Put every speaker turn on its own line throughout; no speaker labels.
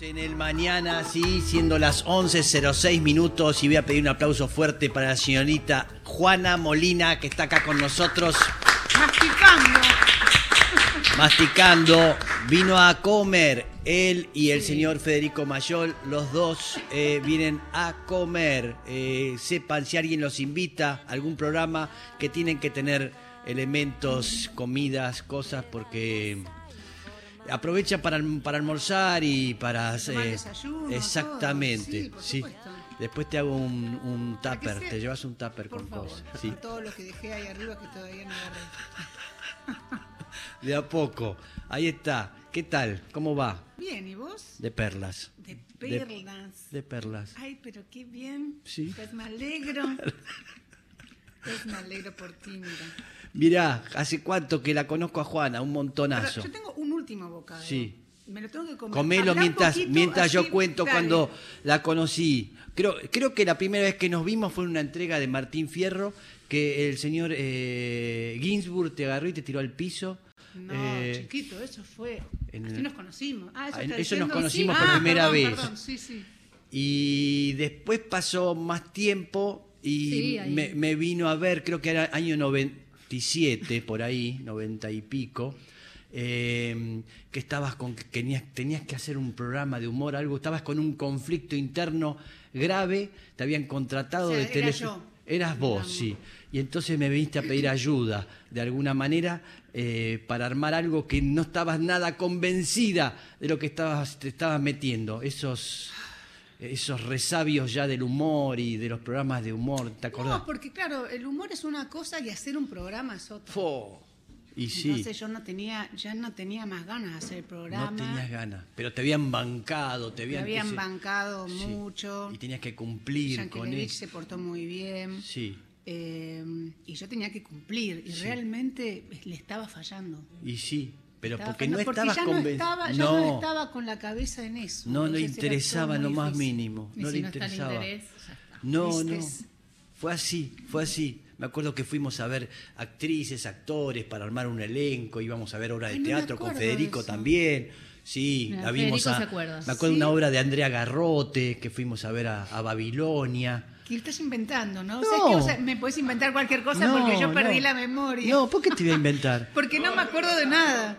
En el mañana, sí, siendo las 11.06 minutos, y voy a pedir un aplauso fuerte para la señorita Juana Molina, que está acá con nosotros
Masticando.
masticando. Vino a comer, él y el señor Federico Mayol, los dos eh, vienen a comer. Eh, sepan si alguien los invita a algún programa que tienen que tener elementos, comidas, cosas, porque aprovechan para, alm- para almorzar y para... eh,
Tomar desayuno,
exactamente,
todo, sí, por supuesto.
Después te hago un, un
Para que
tupper,
sea-
te llevas un tupper
Por
con
favor.
vos. sí.
Con todos los que dejé ahí arriba que todavía no agarré.
De a poco. Ahí está. ¿Qué tal? ¿Cómo va?
Bien, ¿y vos?
De perlas.
De perlas.
De perlas.
Ay, pero qué bien.
Sí.
Pues me alegro. Pues me alegro por ti, mira.
Mirá, hace cuánto que la conozco a Juana, un
Ahora,
montonazo.
yo tengo un último bocado. ¿eh?
Sí.
Me lo tengo que comer.
Comelo
Hablá
mientras,
poquito,
mientras yo
así,
cuento
dale.
cuando la conocí. Creo, creo que la primera vez que nos vimos fue en una entrega de Martín Fierro, que el señor eh, Ginsburg te agarró y te tiró al piso.
No,
Eh,
chiquito, eso fue.
en
Así
el-
nos conocimos. Ah, eso,
Ah, en-
está
eso nos
diciendo,
conocimos
sí.
por
Ah,
primera
perdón,
vez.
Perdón, sí, sí.
Y después pasó más tiempo y
Sí, ahí.
me, me vino a ver, creo que era año 97, por ahí, 90 y pico, eh, que estabas con que tenías, tenías que hacer un programa de humor, algo, estabas con un conflicto interno grave, te habían contratado
O sea,
de
era
Telefe-
yo.
Eras vos,
Digamos.
sí. Y entonces me viniste a pedir ayuda, de alguna manera, eh, para armar algo que no estabas nada convencida de lo que estabas, te estabas metiendo. Esos, esos resabios ya del humor y de los programas de humor, ¿te acordás?
No, porque claro, el humor es una cosa y hacer un programa es otra.
Fo. Y sí,
Entonces yo no tenía, ya no tenía más ganas de hacer el programa.
no tenías ganas, pero te habían bancado, te
Me
habían...
habían
ese-
bancado
sí,
mucho.
Y tenías que cumplir con
Yankelevich
eso.
se portó muy bien.
Sí,
Eh, y yo tenía que cumplir. Y realmente le estaba fallando.
y sí, pero
Estaba
porque no
fallando,
estabas
ya
convenc-
No estaba, ya no. estaba con la cabeza en eso.
No le
Entonces era todo
interesaba en lo
muy
más
difícil.
mínimo.
Y
No
si
le
no está el
interesaba.
interés, ya está.
No, no.
Vistes.
Fue así, fue así. Me acuerdo que fuimos a ver actrices, actores para armar un elenco, íbamos a ver obras de
Ay, no me
teatro con
acuerdo de
Federico
eso.
también. Sí,
Mira,
la vimos
Federico
a,
se acuerda.
Me acuerdo de
Sí.
una obra de Andrea Garrote que fuimos a ver a, a Babilonia.
Que estás inventando, ¿no? O
No.
sea, es que vos me podés inventar cualquier cosa porque yo perdí
no.
la memoria.
No, ¿por qué te voy a inventar?
Porque no me acuerdo de nada.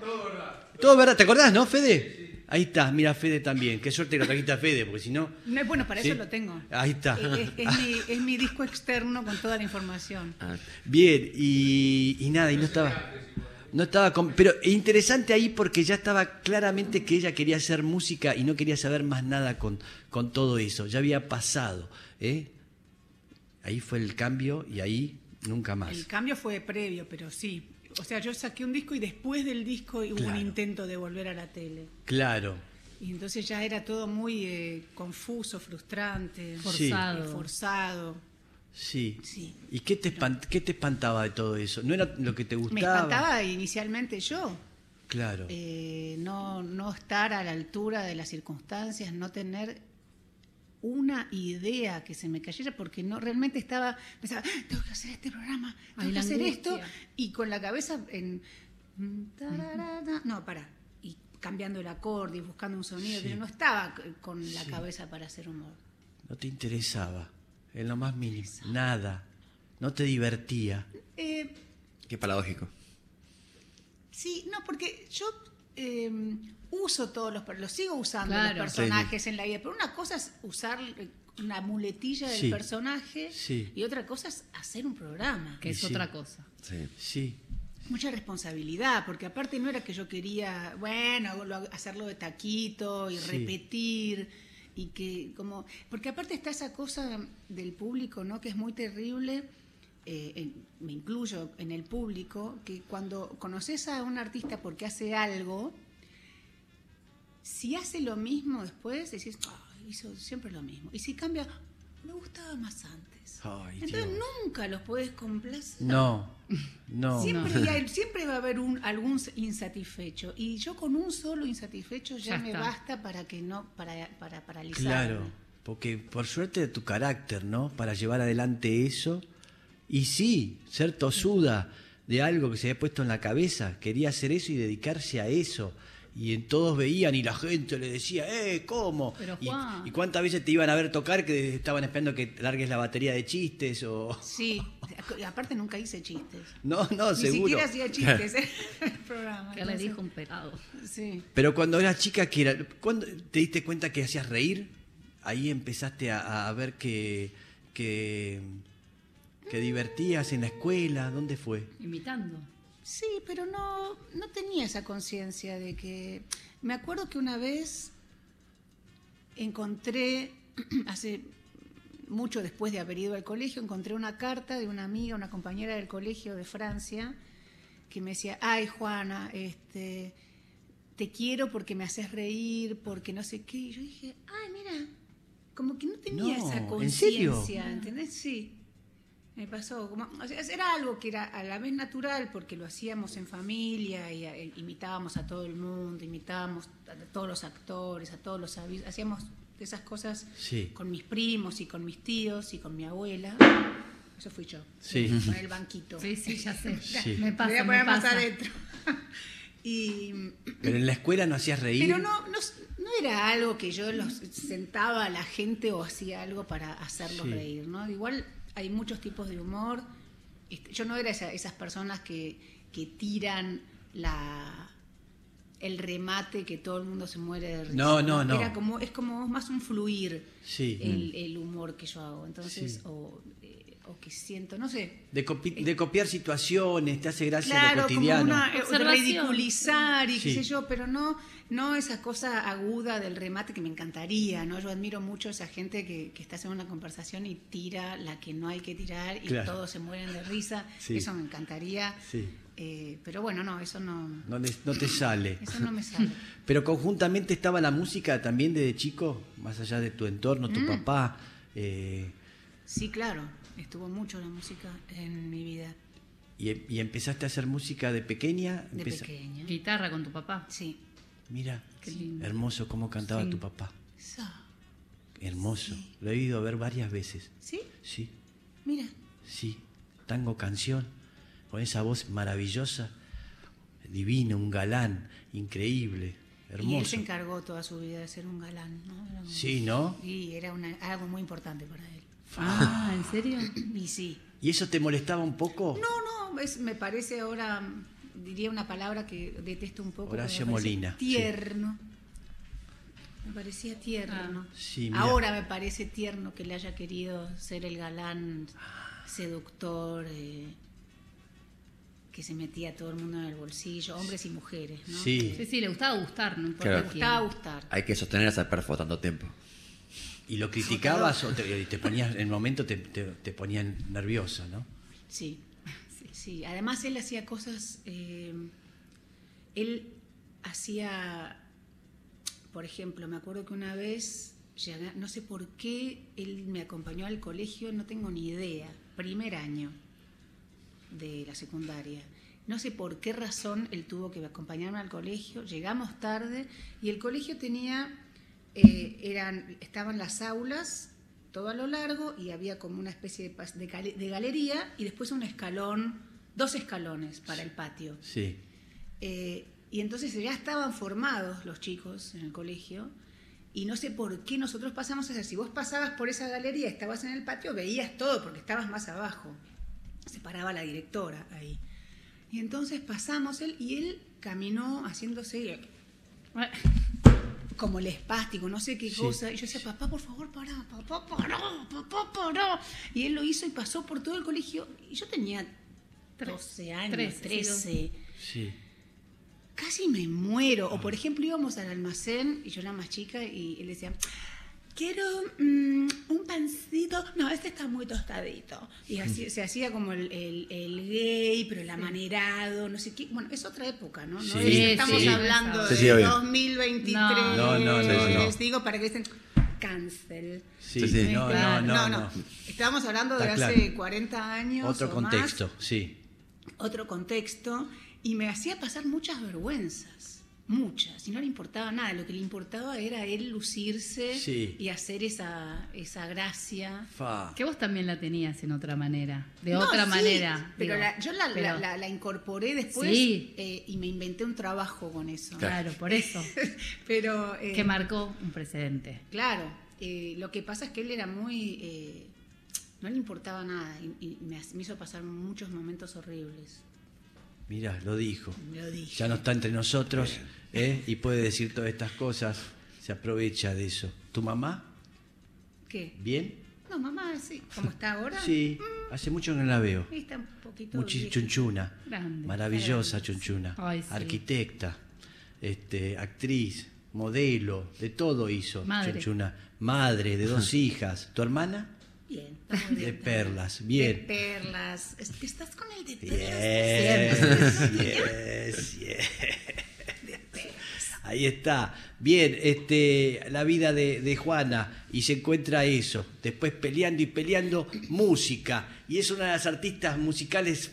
Todo verdad, ¿te acordás, no, Fede? Ahí está, mira Fede también. Qué suerte que lo trajiste a Fede, porque si no.
No es bueno, para
Sí.
eso lo tengo.
Ahí está.
Eh, Es, es mi, es mi disco externo con toda la información.
Ah, Bien, y, y nada, y no estaba. No estaba con- pero interesante ahí porque ya estaba claramente que ella quería hacer música y no quería saber más nada con, con todo eso. Ya había pasado. ¿eh? Ahí fue el cambio y ahí nunca
El
más.
cambio fue previo, pero sí. O sea, yo saqué un disco y después del disco hubo
Claro.
un intento de volver a la tele.
Claro.
Y entonces ya era todo muy eh, confuso, frustrante,
Sí.
forzado. forzado.
Sí.
Sí.
¿Y qué te, espan- qué te espantaba de todo eso? ¿No era lo que te gustaba?
Me espantaba inicialmente yo,
Claro.
eh, no, no estar a la altura de las circunstancias, no tener una idea que se me cayera porque no realmente estaba pensaba "Ah, tengo que hacer este programa tengo
Ay,
que
la
hacer esto
angustia.
y con la cabeza en tararara, no para y cambiando el acorde y buscando un sonido
Sí.
pero no estaba c- con la cabeza para hacer humor
No te interesaba. En lo más mínimo. Nada. No te divertía.
Eh,
Qué paradójico.
Sí, no, porque yo eh, uso todos los, per- los sigo usando
Claro.
los personajes en la vida, pero una cosa es usar eh, una muletilla del
Sí.
personaje
Sí.
y otra cosa es hacer un programa.
que es
sí.
otra cosa.
Sí.
Sí.
Mucha responsabilidad, porque aparte no era que yo quería, bueno, hago- lo- hacerlo de taquito y
Sí.
repetir y que como, porque aparte está esa cosa del público, ¿no? Que es muy terrible. eh, en- me incluyo en el público que cuando conoces a un artista porque hace algo, si hace lo mismo después, decís, "Ay, hizo siempre lo mismo. Y si cambia, me gustaba más antes.
Ay,
Entonces
Dios.
nunca los puedes complacer.
No. No.
Siempre, hay- siempre va a haber un, algún insatisfecho y yo con un solo insatisfecho ya,
Ya
me
está.
basta para que no para para paralizarme.
Claro, porque por suerte de tu carácter, ¿no? Para llevar adelante eso. Y sí, ser tosuda de algo que se había puesto en la cabeza. Quería hacer eso y dedicarse a eso. y en todos veían y la gente le decía, ¡eh, cómo!
Pero,
y,
Juan.
y cuántas veces te iban a ver tocar que estaban esperando que largues la batería de chistes o...
Sí, aparte nunca hice chistes.
No, no,
Ni
seguro.
siquiera hacía chistes en el programa.
¿Qué le
entonces-
dijo un pelado?
Sí.
Pero cuando eras chica, que era? ¿Cuándo te diste cuenta que hacías reír? Ahí empezaste a, a ver que, que, que divertías en la escuela. ¿Dónde fue?
Imitando.
Sí, pero no, no tenía esa conciencia de que... Me acuerdo que una vez encontré, hace mucho después de haber ido al colegio, encontré una carta de una amiga, una compañera del colegio de Francia, que me decía, ay Juana, este, te quiero porque me haces reír, porque no sé qué. Y yo dije, ay, mira, como que no tenía
No,
esa
¿en serio?
conciencia, ¿entendés? Sí. Me pasó, como, o sea, era algo que era a la vez natural porque lo hacíamos en familia y eh, imitábamos a todo el mundo, imitábamos a todos los actores, a todos los avisos, hacíamos esas cosas
Sí.
con mis primos y con mis tíos y con mi abuela. Eso fui yo.
Sí.
Con el banquito.
Sí, sí, ya sé.
Sí.
Me voy
Me pasa,
a poner
me
más
pasa.
adentro. y
Pero en la escuela no hacías reír.
pero no, no, no era algo que yo los sentaba a la gente o hacía algo para hacerlos
Sí.
reír, ¿no? Igual hay muchos tipos de humor. Este, Yo no era esa- esas personas que, que tiran la el remate que todo el mundo se muere de risa.
No, no, no.
Era como, es como más un fluir
Sí.
el, el humor que yo hago. Entonces,
Sí.
o, eh, o que siento, no sé,
De, copi- de copiar situaciones, te hace gracia lo
Claro, como
cotidiano.
una eh,
Observación.
ridiculizar y
Sí.
qué sé yo, pero no, no esa cosa aguda del remate que me encantaría, ¿no? Yo admiro mucho a esa gente que, que está haciendo una conversación y tira la que no hay que tirar y
Claro.
todos se mueren de risa.
Sí.
Eso me encantaría.
Sí.
Eh, pero bueno, no, eso no,
No, le- no te sale.
eso no me sale.
Pero conjuntamente estaba la música también desde chico, más allá de tu entorno,
Mm.
tu papá. eh,
Sí, claro, estuvo mucho la música en mi vida
y, y empezaste a hacer música de pequeña.
de
Empeza-
pequeña.
Guitarra con tu papá.
Sí.
Mira,
Qué lindo.
hermoso cómo cantaba
Sí.
tu papá.
Sa-
Hermoso. Lo he ido a ver varias veces.
¿Sí?
Sí,
Mira.
sí. Tango canción, con esa voz maravillosa, divino, un galán, increíble,
Y él se
hermoso.
encargó toda su vida de ser un galán, ¿no? Era un-
Sí, ¿no?
Y era una- algo muy importante para él.
Ah, ¿en serio?
Y sí.
¿Y eso te molestaba un poco?
No, no, es- me parece ahora, mm, diría una palabra que detesto un poco. pero me
Horacio
parece
Molina, sí.
Tierno. Me parecía tierno.
Ah. Sí, mira.
ahora me parece tierno que le haya querido ser el galán seductor. eh, que se metía a todo el mundo en el bolsillo, hombres y mujeres, ¿no?
Sí.
Sí, sí, le gustaba gustar, no importa
Me
Claro.
quién.
gustaba gustar.
Hay que sostener esa perfo tanto tiempo.
¿Y lo criticabas o te, y te ponías, en el momento te, te, te ponían nerviosa, ¿no?
Sí, sí, sí. Además él hacía cosas, eh, él hacía, por ejemplo, me acuerdo que una vez, llega- no sé por qué, él me acompañó al colegio, no tengo ni idea, primer año de la secundaria. No sé por qué razón él tuvo que acompañarme al colegio. Llegamos tarde y el colegio tenía, eh, eran, estaban las aulas todo a lo largo y había como una especie de, pas- de gale- de galería y después un escalón, dos escalones para el patio.
Sí.
Eh, y entonces ya estaban formados los chicos en el colegio. Y no sé por qué nosotros pasamos a hacer. Si vos pasabas por esa galería, estabas en el patio, veías todo porque estabas más abajo. Se paraba la directora ahí. Y entonces pasamos él y él caminó haciéndose como el espástico, no sé qué
Sí.
cosa. Y yo decía, papá, por favor, pará, papá, pará, papá, pará. Y él lo hizo y pasó por todo el colegio. Y yo tenía
Tres.
12 años,
Trece, sí,
13
doce.
Sí.
casi me muero. O por
Ah.
ejemplo íbamos al almacén y yo era más chica y él decía, quiero mm, un pancito, no, este está muy tostadito. Y así se hacía como el, el- el gay, pero el amanerado, no sé qué. Bueno, es otra época, ¿no? No
Sí,
es- estamos
sí.
hablando
Sí,
de
sí, obvio.
2023.
No.
No, no, no, no.
Les digo para que dicen, cancel.
Sí,
Sí, sí.
No, no,
Claro.
no, no.
Estábamos hablando de
Está
hace
claro.
40 años.
Otro
o más
contexto, sí.
otro contexto y me hacía pasar muchas vergüenzas. muchas, y no le importaba nada, lo que le importaba era él lucirse
Sí.
y hacer esa, esa gracia.
Fa.
Que vos también la tenías en otra manera. De
No,
otra
sí,
manera.
Pero
digo,
la- yo la, la-
pero-
la- la incorporé después
Sí.
eh, y me inventé un trabajo con eso.
Claro, por eso.
Pero eh,
que marcó un precedente.
Claro, eh, lo que pasa es que él era muy... eh, no le importaba nada y, y me, ha- me hizo pasar muchos momentos horribles.
Mirá, lo dijo.
Lo dije.
Ya no está entre nosotros ¿eh? y puede decir todas estas cosas. Se aprovecha de eso. ¿Tu mamá?
¿Qué?
¿Bien?
No, mamá, sí. ¿Cómo está ahora?
Sí. Hace mucho que no la veo.
Está un poquito...
Muchi
vieja.
chunchuna.
Grande.
Maravillosa
Grande.
chunchuna.
Ay, sí.
Arquitecta, este, actriz, modelo, de todo hizo
Madre.
chunchuna. Madre de dos hijas. ¿Tu hermana?
Bien, está muy
De
bien.
perlas. Bien.
De perlas. Es que estás con el de perlas.
Yes, yes, yes. Ahí está. Bien, este, la vida de, de Juana y se encuentra eso. Después peleando y peleando música. Y es una de las artistas musicales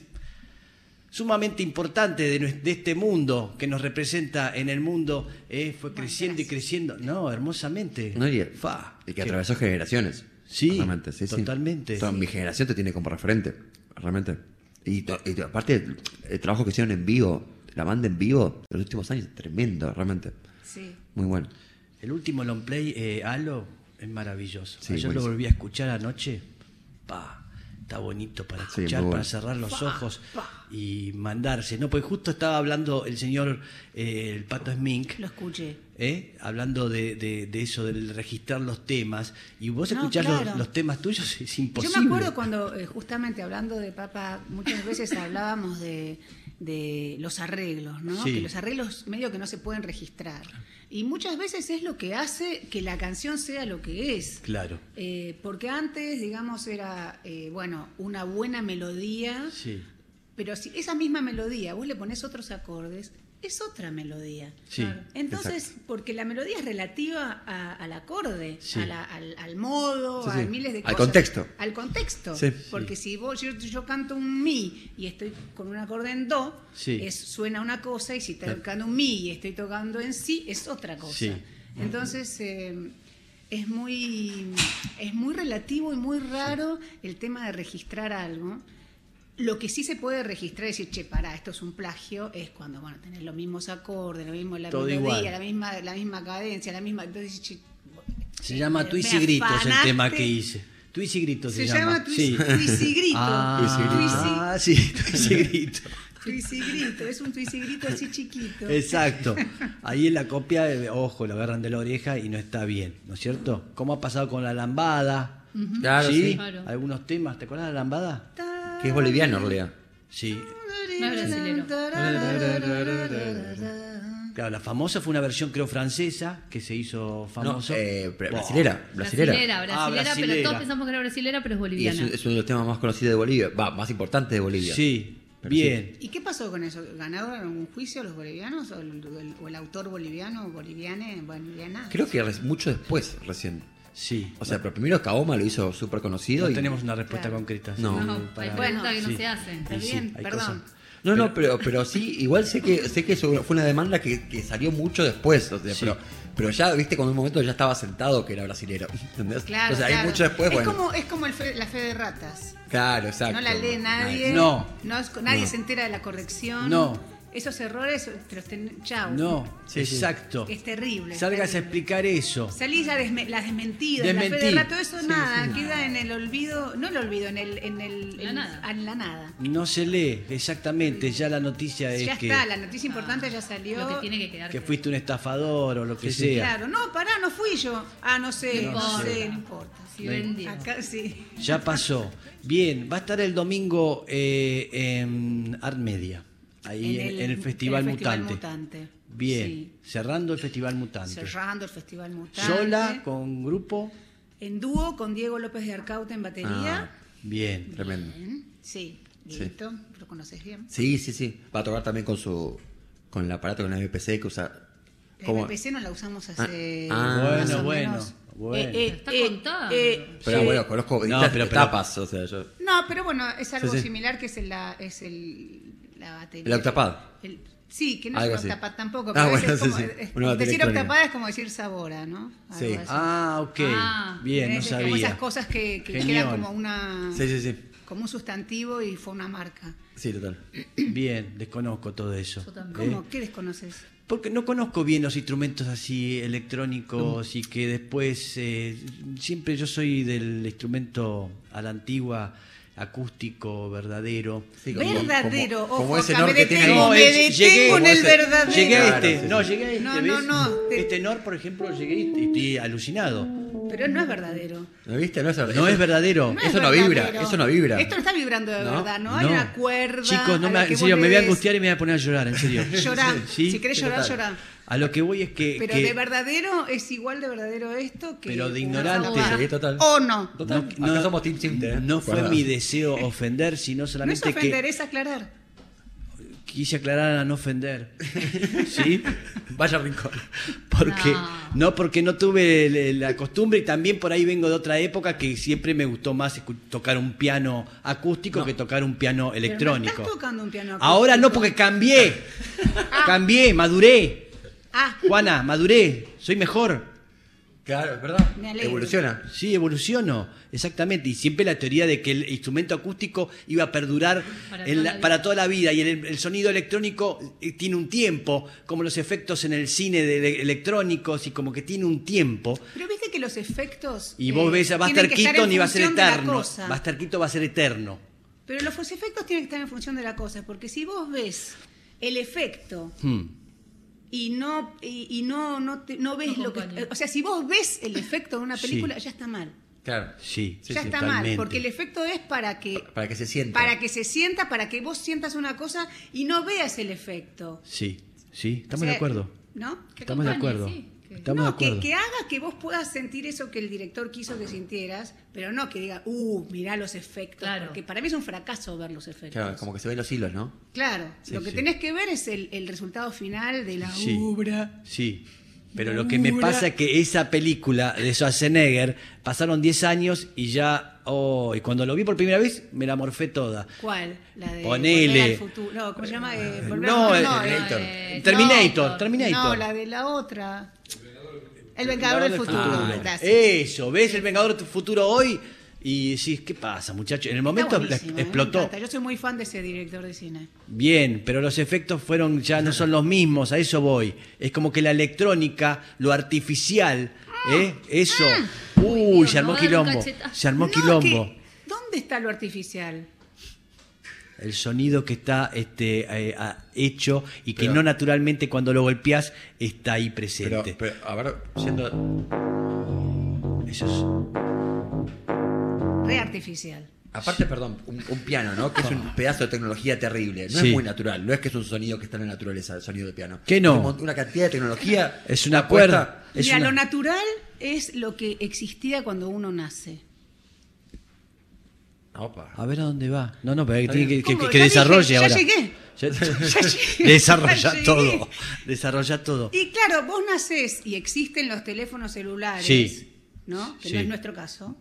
sumamente importante de, nues- de este mundo que nos representa en el mundo. eh, fue creciendo y creciendo. No, hermosamente.
No, y el,
Fa.
y que atravesó generaciones.
Sí,
Realmente, sí, sí.
totalmente.
Toda Mi generación te tiene como referente. Realmente. Y, to- y to- aparte, el, el trabajo que hicieron en vivo, la banda en vivo, de los últimos años, tremendo, realmente.
Sí.
Muy bueno.
El último long play, eh, Halo, es maravilloso.
Sí,
Yo lo
buenísimo.
volví a escuchar anoche. Pa, está bonito para
Sí,
escuchar,
muy bueno.
para cerrar los ojos y mandarse. No, pues justo estaba hablando el señor, eh, el pato Smink.
Lo escuché.
¿eh? Hablando de, de- de eso, del registrar los temas, y vos
No,
escuchás los-
claro.
los, temas tuyos, es imposible.
Yo me acuerdo cuando, eh, justamente hablando de Papa, muchas veces hablábamos de, de los arreglos, ¿no?
Sí.
Que los arreglos medio que no se pueden registrar. Y muchas veces es lo que hace que la canción sea lo que es.
Claro.
Eh, porque antes, digamos, era, eh, bueno, una buena melodía,
Sí,
pero si esa misma melodía vos le pones otros acordes, es otra melodía.
sí.
Entonces, porque la melodía es relativa a- al acorde,
Sí.
a la- al, al modo,
Sí,
a
sí.
miles de
Al
cosas.
contexto.
Al contexto.
Sí.
Porque si vos, yo, yo canto un mi y estoy con un acorde en do,
Sí.
es, suena una cosa, y si estoy tocando un mi y estoy tocando en si, es otra cosa.
Sí.
Entonces, eh, es, muy, es muy relativo y muy raro el tema de registrar algo. Lo que sí se puede registrar y decir, che, pará, esto es un plagio, es cuando, bueno, tenés los mismos acordes, lo mismo, la
Todo
melodía,
igual.
la misma, la misma cadencia, la misma. Entonces, che,
Se llama
me
Twis y Gritos el
afanaste.
tema que hice. Twis y Gritos se,
se llama
Twis y
Twisi Grito.
Ah, sí, Twis y Gritos.
Twisi Grito, es un Twisi Grito así chiquito.
Exacto. Ahí en la copia, eh, ojo, lo agarran de la oreja y no está bien, ¿no es cierto? ¿Cómo ha pasado con la lambada?
Mm.
Claro, sí.
Claro.
Algunos temas, ¿te acuerdas de la lambada?
Que es boliviano, en realidad.
Sí.
No es brasilero.
Claro, la famosa fue una versión, creo, francesa, que se hizo famosa.
No, eh, pero brasilera, brasilera.
Brasilera,
Ah,
brasilera,
brasilera.
pero todos pensamos que era brasilera, pero es
Y es,
boliviana.
un- es uno de los temas más conocidos de Bolivia. Va, más importante de Bolivia.
Sí,
Pero
bien.
¿Y qué pasó con eso? ¿Ganaron un juicio los bolivianos o el, el- o el autor boliviano, boliviane, boliviana?
Creo que res- mucho después, recién.
Sí.
O sea, pero primero Kaoma lo hizo súper conocido.
No
y-
tenemos una respuesta
Claro.
concreta.
No.
sí,
No, hay
para-
bueno,
preguntas que no
sí.
se hacen.
Está
Y sí,
bien,
hay
perdón.
cosas.
No, no, pero, pero sí, igual sé que sé que eso fue una demanda que, que salió mucho después. o sea,
Sí.
pero, pero ya, viste, con un momento ya estaba sentado que era brasilero. ¿Entendés?
Claro,
o sea, hay
claro.
mucho después,
es
bueno.
como, es como el fe- la fe de ratas.
Claro, exacto.
No la lee nadie.
No.
es- nadie
No.
se entera de la corrección.
No.
Esos errores te los ten- chau.
No,
Sí, sí.
exacto.
Es terrible. es
Salgas a
terrible.
explicar eso.
Salís ya desme- las desmentidas, la fe
Desmentí.
de rato, eso nada, queda en el olvido, no el olvido, en el, en el
La
en-
nada.
en la nada.
No se lee, exactamente. Ya la noticia es
ya
que,
está, la noticia importante ya salió.
Ah, Lo que tiene que quedar.
que fuiste un estafador o lo que
Sí, sí.
sea.
Claro, no, pará, no fui yo. Ah, no sé,
No
no,
importa.
sé, no importa.
Si vendió.
Acá sí.
Ya pasó. Bien, va a estar el domingo eh, en Art Media, ahí en el, Festival,
en el
Mutante.
Mutante.
Bien,
Sí.
cerrando el Festival Mutante.
Cerrando el Festival Mutante.
Sola, con grupo.
En dúo con Diego López de Arcaute en batería.
Bien.
Ah, Tremendo.
Bien. Sí, Dieguito, lo conoces bien.
Sí, sí, sí. Va a tocar también con su. con el aparato, con la MPC que usa.
La
como-
MPC no la usamos hace.
Ah,
más
bueno,
o
bueno,
menos. Eh,
bueno.
Está contando.
Pero
sí.
bueno, conozco
No,
distintas
pero- pero-
etapas. O sea, yo.
No, pero bueno, es algo
Sí, sí.
similar que es el, la, es el, la batería.
El octapad.
El- Sí, que no
Algo
es
así.
octapat tampoco.
Ah,
Pero a veces
bueno, sí,
es como-
sí.
es-
Una batería
decir
electrónica.
octapat es como decir sabora, ¿no? Algo
Sí.
así.
Ah, ok.
Ah,
Bien, no
Es Como esas
sabía.
cosas que, que
Genial.
quedan como, una,
Sí, sí, sí.
como un sustantivo y fue una marca.
Sí, total.
Bien, desconozco todo eso. ¿eh?
Yo también.
¿Cómo? ¿Qué desconoces?
Porque no conozco bien los instrumentos así electrónicos y que después eh, siempre yo soy del instrumento a la antigua, acústico, verdadero.
Sí, como-
verdadero,
como-
ojo,
como ese
acá
nor
me
que tiene
No,
detengo,
ahí.
me
es-
detengo en
llegué-
el verdadero.
Llegué a
Claro,
este,
sí, sí.
no, llegué a este.
No, no,
¿ves?
no, te-
Este Nor, por ejemplo, llegué y y estoy alucinado.
Pero no es verdadero.
¿No viste? No es,
No es verdadero.
No es
Eso no vibra,
verdadero.
eso no vibra.
Esto no está vibrando de
No,
verdad, ¿no? Hay
No.
una cuerda.
Chicos, no
a
me,
la
en
que vos
serio,
le
me voy a
des-
angustiar y me voy a poner a llorar, en serio.
Llorá.
Sí,
Si querés
sí,
llorar,
total.
llorá.
A lo que voy es que.
Pero
que
de verdadero es igual de verdadero esto que.
Pero de
una
ignorante.
soga.
Sí, total.
O no.
Total,
no-
acá
no-
somos Team Chinte, ¿eh?
no fue
Guarda.
mi deseo ofender, sino
No es
solamente
ofender, ¿eh? es aclarar.
que quise aclarar a no ofender. ¿Sí?
Vaya rincón.
Porque, no.
No.
porque no tuve el- la costumbre y también por ahí vengo de otra época que siempre me gustó más escu- tocar un piano acústico que tocar un piano
Pero no
electrónico.
estás tocando un piano acústico.
Ahora no, porque cambié. Cambié, maduré.
Ah,
Juana, maduré. Soy mejor.
Claro, es verdad.
Me alegro.
Evoluciona.
Sí, evoluciono, exactamente. Y siempre la teoría de que el instrumento acústico iba a perdurar
Para
en
toda
la-
la vida.
para toda la vida y el, el sonido electrónico eh, tiene un tiempo, como los efectos en el cine de, de- electrónicos y como que tiene un tiempo.
pero viste que los efectos.
Y
eh,
vos ves a Buster
tienen que estar en
Keaton y va a ser
función de la
eterno.
cosa.
Buster Keaton va a ser eterno.
Pero los efectos tienen que estar en función de la cosa, porque si vos ves el efecto
Hmm.
y no y, y no no, te- no ves
No
lo que
acompaña.
o sea si vos ves el efecto de una
Sí.
película ya está mal
Claro.
Sí,
Sí,
ya
sí,
está mal
totalmente.
porque el efecto es para que
Para que se sienta.
para que se sienta para que vos sientas una cosa y no veas el efecto
Sí, sí, estamos
O sea,
de acuerdo.
no
Que
Estamos de
acompañe,
acuerdo.
sí, que-
Estamos de
no, que,
acuerdo.
que haga que vos puedas sentir eso que el director quiso que sintieras, pero no que diga, uh, mirá los efectos.
Claro.
Porque para mí es un fracaso ver los efectos.
Claro, como que se ven los hilos, ¿no?
Claro,
Sí,
lo que
sí.
tenés que ver es el, el resultado final de la
Sí.
obra.
Sí. Pero lo que me pasa es que esa película de Schwarzenegger pasaron 10 años y ya. Oh, y cuando lo vi por primera vez, me la morfé toda.
¿Cuál? La de
Ponele.
Volver al futuro. No, ¿cómo se llama? Eh, Volver al
No,
futuro.
eh,
no,
eh,
Terminator.
eh,
No,
Terminator,
no,
Terminator.
no, la de la otra. El Vengador del Futuro.
Ah,
Gracias.
Eso, ¿ves el Vengador del Futuro hoy? Y decís, ¿qué pasa, muchacho? En el momento
Está buenísimo,
la-
eh, me
explotó.
encanta. Yo soy muy fan de ese director de cine.
Bien, pero los efectos fueron ya no son los mismos, a eso voy. Es como que la electrónica, lo artificial, ¿eh? Eso. Uy,
Mm.
Dios,
se armó
no va a dar un
quilombo.
cachetazo.
Se armó
No,
quilombo.
que- ¿Dónde está lo artificial?
El sonido que está este, eh, ah, hecho y que
Pero-
no naturalmente cuando lo golpeas está ahí presente.
a ver, siendo.
Eso
Re artificial.
Aparte, perdón, un, un piano, ¿no? Que es un pedazo de tecnología terrible. No
Sí.
es muy natural. No es que es un sonido que está en la naturaleza, el sonido de piano.
¿Qué no?
Es un mon- una cantidad de tecnología.
es, es una
apuesta.
cuerda. Es
Mira,
una-
lo natural es lo que existía cuando uno nace.
Opa.
A ver a dónde va. No, no, pero hay que- tiene que, que-
¿Cómo?
que
Ya
desarrolle
dije, ya
ahora.
llegué. Ya llegué, ya
Desarrolla
llegué.
todo. Desarrolla todo.
Y claro, vos nacés y existen los teléfonos celulares,
Sí.
¿no? Que
Sí.
no es nuestro caso.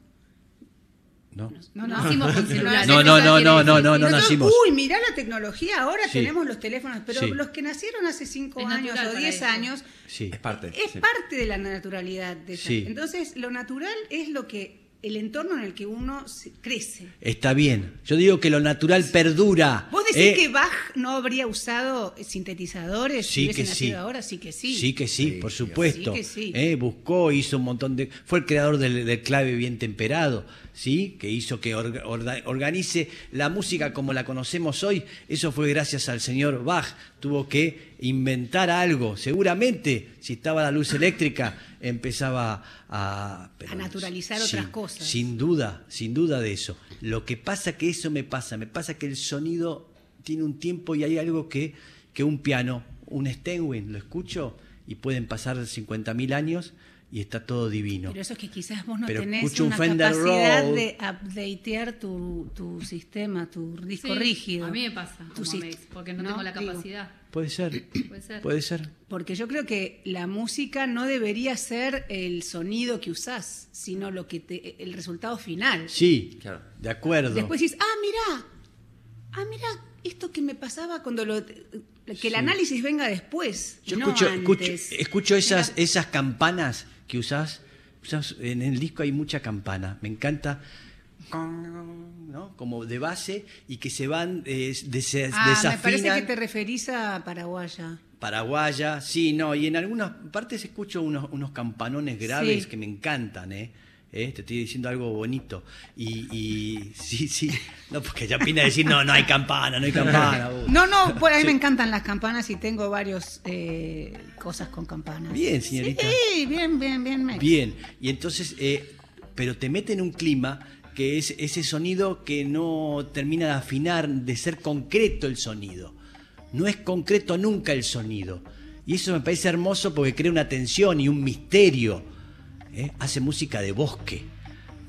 No.
No, no, nacimos con celulares.
No, no, no, no, no, no, no
Nosotros,
nacimos.
Uy, mirá la tecnología, ahora
Sí.
tenemos los teléfonos, pero
Sí.
los que nacieron hace 5
Es
años
natural
o
para
10
eso.
años,
Sí.
Es parte.
es
sí.
parte de la naturalidad de esa-
Sí.
Entonces, lo natural es lo que el entorno en el que uno se- crece.
Está bien. Yo digo que lo natural perdura.
¿Vos decís
¿eh?
que Bach no habría usado sintetizadores
Sí
si hubiese
que
nacido
sí.
ahora? Sí que sí.
Sí que sí,
Sí,
por
sí,
supuesto.
sí que sí.
Eh, Buscó, hizo un montón de... Fue el creador del, del clave bien temperado, ¿sí? Que hizo que orga- orda- organice la música como la conocemos hoy. Eso fue gracias al señor Bach. Tuvo que inventar algo. Seguramente, si estaba la luz eléctrica, empezaba a... pero
A naturalizar
sin-
otras cosas.
Sin duda, sin duda de eso. Lo que pasa que eso me pasa, me pasa que el sonido tiene un tiempo y hay algo que, que un piano, un Steinway, lo escucho y pueden pasar 50.000 años y está todo divino.
Pero eso es que quizás vos no
Pero
tenés
escucho un
una
Fender
capacidad
Rhodes.
de updatear tu, tu sistema, tu disco
Sí,
rígido.
A mí me pasa,
Tu
como
sis-
Mex, porque no,
¿no?
tengo la
Digo.
capacidad.
Puede ser,
Puede ser.
puede ser.
Porque yo creo que la música no debería ser el sonido que usás, sino lo que te, el resultado final.
Sí,
Claro.
de acuerdo.
Después dices, ah, mirá, ah, mirá, esto que me pasaba cuando lo, Que el análisis venga después.
Yo
no
escucho, escucho,
antes.
escucho esas, esas campanas que usás, usás- En el disco hay mucha campana. Me encanta. ¿no? Como de base y que se van, eh, dese-
Ah, me parece que
desafinan.
te referís a Paraguaya.
Paraguaya, sí, no, y en algunas partes escucho unos, unos campanones graves
Sí.
que me encantan, ¿eh? ¿Eh? Te estoy diciendo algo bonito. Y, y- sí, sí, no, porque ya pina decir, no, no hay campana, no hay campana. vos.
No, no, por ahí
Sí.
me encantan las campanas y tengo varios eh, cosas con campanas.
Bien, señorita.
Sí, bien, bien, bien. me-
Bien, y entonces, eh, pero te mete en un clima que es ese sonido que no termina de afinar, de ser concreto el sonido. No es concreto nunca el sonido. Y eso me parece hermoso porque crea una tensión y un misterio. ¿eh? Hace música de bosque,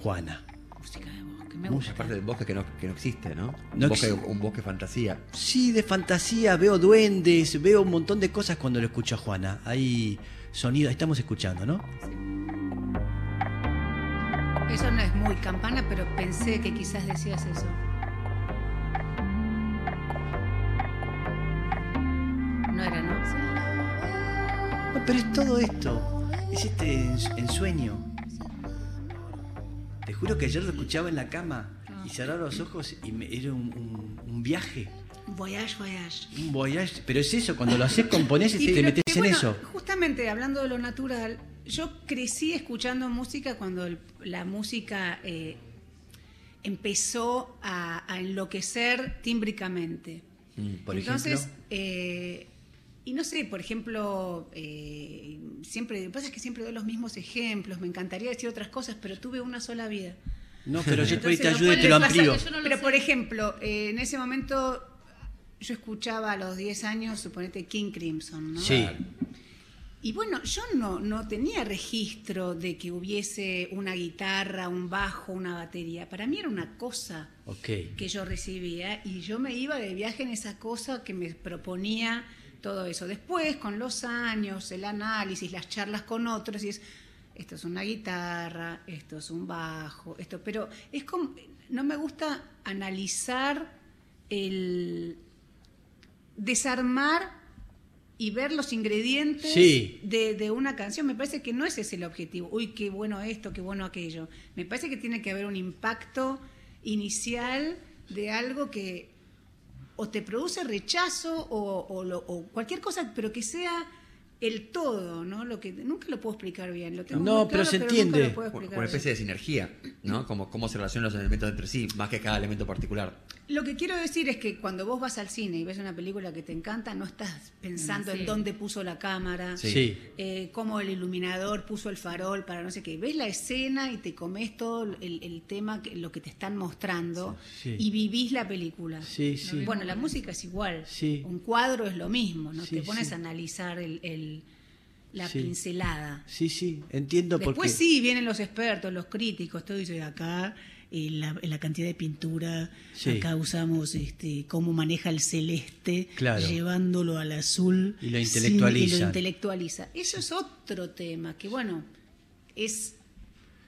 Juana.
Música de bosque, me
Mucha
gusta.
parte del bosque que no, que no existe, ¿no?
No
un, bosque,
existe.
un bosque fantasía.
Sí, de fantasía, veo duendes, veo un montón de cosas cuando lo escucho a Juana. Hay sonido, estamos escuchando, ¿no?
Eso no es muy campana, pero pensé que quizás decías eso. No era, ¿no?
No, Ah, pero es todo esto. Es este ens- ensueño. Te juro que ayer lo escuchaba en la cama y cerraba los ojos y me- era un, un- un viaje,
Voyage, voyage.
un voyage. Pero es eso, cuando lo haces, componés y,
Y
te
pero
metes
que,
en
bueno,
eso.
Justamente hablando de lo natural, yo crecí escuchando música cuando el- la música eh, empezó a, a enloquecer tímbricamente.
Mm,
por
Entonces,
ejemplo.
eh, y no sé, por ejemplo, eh, siempre, lo que pasa es que siempre doy los mismos ejemplos, me encantaría decir otras cosas, pero tuve una sola vida.
No, pero yo por ahí te
Entonces,
ayudo y te lo
cual es
amplío.
pasa que yo no lo
Pero,
sé.
por ejemplo, eh, en ese momento yo escuchaba a los 10 años, suponete, King Crimson, ¿no?
Sí,
Y bueno, yo no, no tenía registro de que hubiese una guitarra, un bajo, una batería. Para mí era una cosa
ok.
que yo recibía y yo me iba de viaje en esa cosa que me proponía todo eso. Después, con los años, el análisis, las charlas con otros, y es, esto es una guitarra, esto es un bajo, esto, pero es como, no me gusta analizar el desarmar y ver los ingredientes
Sí.
de, de una canción, me parece que no ese es el objetivo. Uy, qué bueno esto, qué bueno aquello. Me parece que tiene que haber un impacto inicial de algo que o te produce rechazo o, o lo- o cualquier cosa, pero que sea el todo, ¿no? Lo que nunca lo puedo explicar bien. Lo tengo
No,
muy
pero
claro,
se
nunca lo
entiende.
puedo
Una
explicar
una especie
bien.
de sinergia, ¿no? Como cómo se relacionan los elementos entre sí, más que cada elemento particular.
Lo que quiero decir es que cuando vos vas al cine y ves una película que te encanta, no estás pensando
Sí.
en dónde puso la cámara,
Mm, Sí.
eh, cómo el iluminador puso el farol para no sé qué. Ves la escena y te comes todo el, el tema, que- lo que te están mostrando
Sí.
y vivís la película.
Sí, sí.
Bueno, la música es igual.
Sí.
Un cuadro es lo mismo, ¿no?
Sí,
te pones
sí.
a analizar el- el- la
Sí.
pincelada.
Sí, sí, entiendo por qué.
Después sí vienen los expertos, los críticos, todo dice acá eh, la, la cantidad de pintura,
Sí.
acá usamos este, cómo maneja el celeste,
Claro.
llevándolo al azul.
Y lo
sin-
intelectualizan.
y lo intelectualiza. Eso es otro tema que, bueno, es...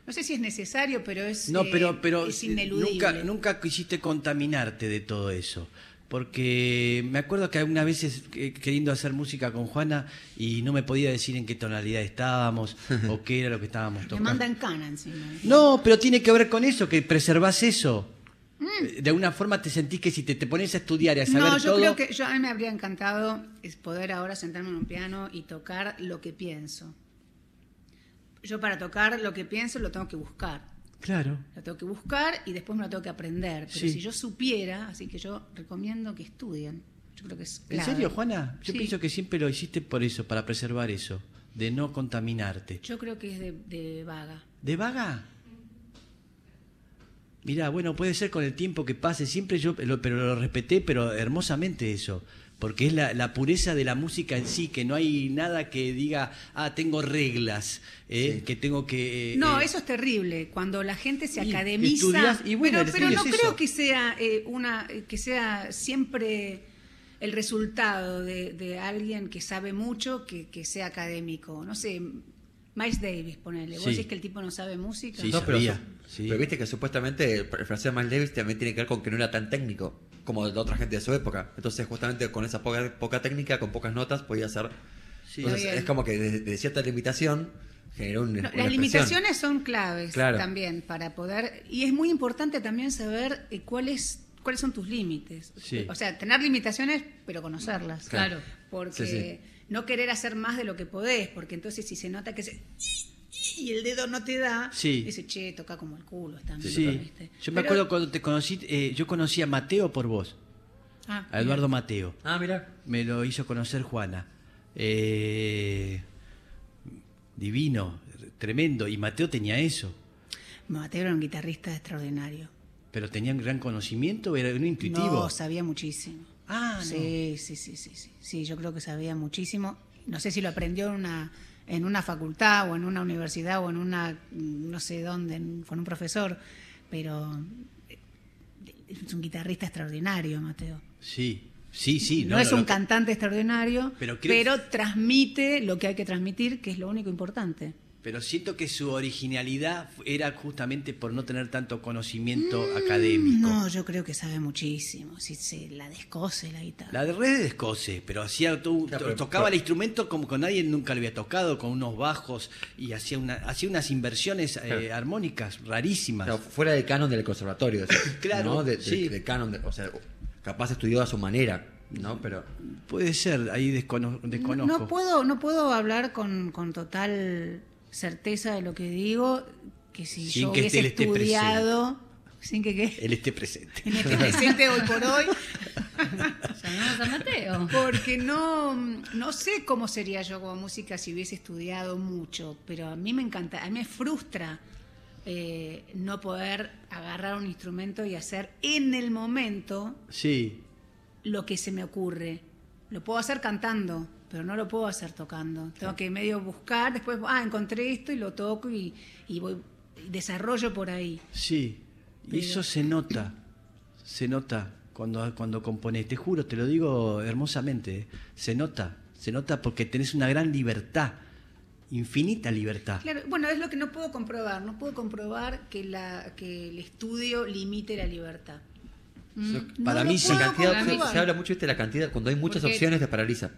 No sé si es necesario, pero es,
No,
eh,
pero, pero
es
eh,
ineludible.
nunca, nunca quisiste contaminarte de todo eso. Porque me acuerdo que algunas veces eh, queriendo hacer música con Juana y no me podía decir en qué tonalidad estábamos o qué era lo que estábamos
Me
tocando.
mandan cana encima.
No, pero tiene que ver con eso, que preservas eso. Eh, De alguna forma te sentís que si te, te pones a estudiar y a saber
Mm. No, yo
todo,
creo que yo, a mí me habría encantado es poder ahora sentarme en un piano y tocar lo que pienso. Yo para tocar lo que pienso lo tengo que buscar.
claro,
Lo tengo que buscar y después me lo tengo que aprender. Pero
Sí.
si yo supiera, así que yo recomiendo que estudien. Yo creo que es
¿En
clave.
serio, Juana? Yo
Sí.
pienso que siempre lo hiciste por eso, para preservar eso, de no contaminarte.
Yo creo que es de, de vaga.
¿De vaga? Mirá, bueno, puede ser con el tiempo que pase, siempre yo, lo- pero lo respeté, pero hermosamente eso, porque es la, la pureza de la música en sí, que no hay nada que diga, ah, tengo reglas, eh, que tengo que... eh,
No,
eh,
eso es terrible. Cuando la gente se
y
academiza.
estudias- y bueno,
pero pero no
estudias eso.
creo que sea eh, una eh, que sea siempre el resultado de, de alguien que sabe mucho que, que sea académico. No sé, Miles Davis, ponele. ¿Vos
Sí.
decís que el tipo no sabe música?
Sí,
No,
sabía,
pero,
sí.
pero viste que supuestamente el fraseo de Miles Davis también tiene que ver con que no era tan técnico. como de otra gente de su época. Entonces, justamente con esa poca, poca técnica, con pocas notas, podía hacer.
Sí.
Entonces,
Bien.
es como que de, de cierta limitación generó un,
No,
una
las
expresión.
limitaciones son claves
Claro.
también para poder y es muy importante también saber eh, cuáles cuáles son tus límites.
Sí.
O sea, tener limitaciones pero conocerlas.
Claro.
Porque
Sí, sí.
no querer hacer más de lo que podés, porque entonces si se nota que se y el dedo no te da,
Sí.
dice, "Che, toca como el culo está
Sí.
bien", ¿viste?
Yo me
Pero-
acuerdo cuando te conocí, eh, yo conocí a Mateo por vos,
Ah,
a Eduardo Mateo.
Ah, mira.
Me lo hizo conocer Juana. Eh, divino, tremendo. Y Mateo tenía eso.
Mateo era un guitarrista extraordinario.
Pero tenía un gran conocimiento, era un intuitivo.
No, sabía muchísimo.
Ah, no.
sí, sí, sí, sí, sí. Sí, yo creo que sabía muchísimo. No sé si lo aprendió en una, en una facultad o en una universidad o en una, mm, no sé dónde, en- con un profesor, pero eh, es un guitarrista extraordinario, Mateo.
Sí, sí, sí.
no, es un
lo-
cantante extraordinario,
Pero
pero,
creo-
transmite lo que hay que transmitir, que es lo único importante.
Pero siento que su originalidad era justamente por no tener tanto conocimiento académico.
Mm, No, yo creo que sabe muchísimo. Si se la descose la guitarra.
La de Red de Escoce, pero hacía tú,
Claro, pero-
tocaba el
pero-
instrumento como que nadie nunca lo había tocado, con unos bajos y hacía una, hacía unas inversiones eh,
Claro.
armónicas
O
rarísimas.
sea, fuera del canon del conservatorio. decís,
Claro,
¿no? De, de-
sí.
del canon. de- o sea, capaz estudió a su manera, ¿no? Pero.
Puede ser, ahí descono-
No,
desconozco.
no puedo, no puedo hablar con, con total certeza de lo que digo, que si
Sin
yo
que
hubiese
él esté
estudiado, sin que qué,
Él esté presente.
en este presente hoy por hoy,
Llamamos a Mateo.
porque no, no sé cómo sería yo como música si hubiese estudiado mucho, pero a mí me encanta, a mí me frustra eh, no poder agarrar un instrumento y hacer en el momento
Sí,
lo que se me ocurre. Lo puedo hacer cantando, pero no lo puedo hacer tocando. Tengo que medio buscar, después, ah, encontré esto y lo toco y, y voy y desarrollo por ahí.
sí. Y
Pero-
eso se nota, se nota cuando, cuando componés. Te juro, te lo digo hermosamente. eh. Se nota, se nota porque tenés una gran libertad, infinita libertad.
Claro, bueno, es lo que no puedo comprobar. No puedo comprobar que, la, que el estudio limite la libertad.
Mm.
No
Para
lo
mí sí.
puedo
La cantidad- se,
comprobar.
se habla mucho ¿viste? de la cantidad, cuando hay muchas
Porque-
opciones te paraliza.